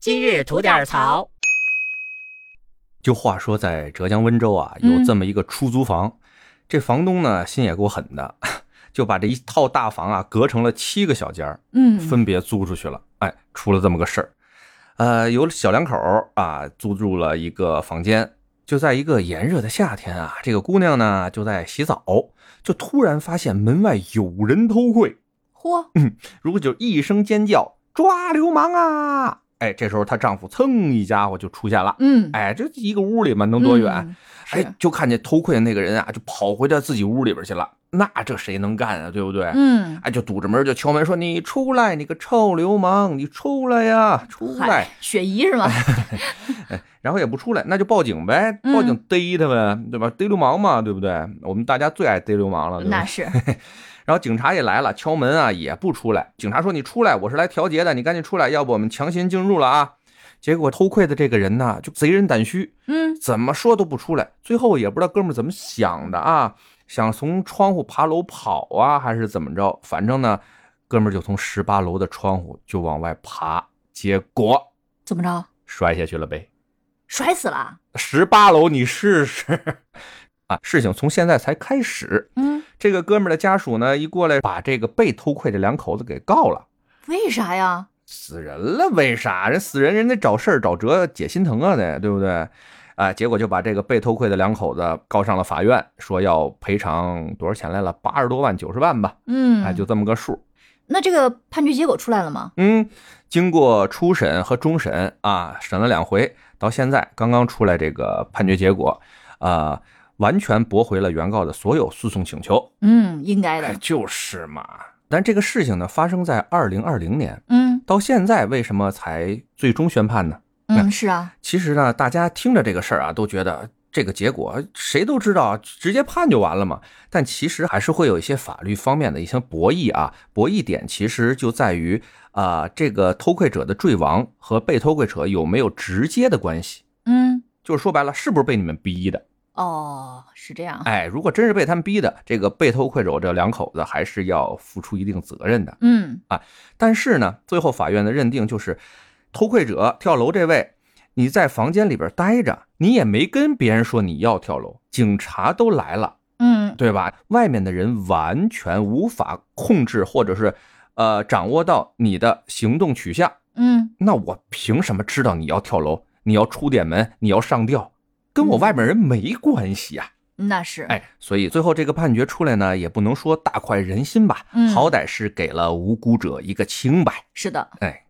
今日吐点槽。就话说，在浙江温州啊，嗯有这么一个出租房，这房东呢心也够狠的， 就把这一套大房啊隔成了七个小间儿，嗯，分别租出去了。哎，出了这么个事儿，呃，有小两口儿啊租住了一个房间，就在一个炎热的夏天啊，这个姑娘呢就在洗澡，就突然发现门外有人偷窥，嚯，如果就一声尖叫抓流氓啊！哎，这时候她丈夫噌一家伙就出现了。嗯，哎，这一个屋里嘛，能多远？嗯？哎是，，就看见偷窥的那个人啊，就跑回到自己屋里边去了。那这谁能干啊？对不对？嗯，哎，就堵着门就敲门说：“你出来，你个臭流氓，你出来呀，出来嗨，！”雪姨是吗？啊然后也不出来，那就报警呗，嗯报警逮他呗，对吧？逮流氓嘛，对不对？我们大家最爱逮流氓了，对 吧那？ 是，然后警察也来了，敲门啊也不出来。警察说：“你出来，我是来调解的，你赶紧出来，要不我们强行进入了啊！”结果偷窥的这个人呢，就贼人胆虚，嗯，怎么说都不出来。最后也不知道哥们儿怎么想的啊，想从窗户爬楼跑啊，还是怎么着？反正呢，哥们儿就从十八楼的窗户就往外爬，结果怎么着？摔下去了呗。摔死了？十八楼，你试试 啊！事情从现在才开始。嗯，这个哥们儿的家属呢，一过来把这个被偷窥这两口子给告了。为啥呀？死人了，为啥？人死人，人得找事儿找辙解心疼啊，得对不对？啊，结果就把这个被偷窥的两口子告上了法院，说要赔偿多少钱来了？八十多万、九十万吧，嗯，哎，就这么个数。那这个判决结果出来了吗？嗯，经过初审和终审啊，审了两回，到现在刚刚出来这个判决结果，啊，完全驳回了原告的所有诉讼请求。嗯，应该的。哎，就是嘛。但这个事情呢，发生在二零二零年，嗯到现在为什么才最终宣判呢？嗯，是啊，其实呢，大家听着这个事儿啊，都觉得这个结果谁都知道，直接判就完了嘛。但其实还是会有一些法律方面的一些博弈啊。博弈点其实就在于啊、这个偷窥者的坠亡和被偷窥者有没有直接的关系。嗯，就是说白了，是不是被你们逼的？哦，是这样。哎，如果真是被他们逼的，这个被偷窥者这两口子还是要付出一定责任的。嗯但是呢，最后法院的认定就是，偷窥者跳楼这位，你在房间里边待着，你也没跟别人说你要跳楼，警察都来了，嗯对吧？外面的人完全无法控制或者是呃掌握到你的行动取向，嗯，那我凭什么知道你要跳楼？你要出点门，你要上吊，跟我外面人没关系啊！那是。哎，所以最后这个判决出来呢，也不能说大快人心吧嗯，好歹是给了无辜者一个清白。是的，哎，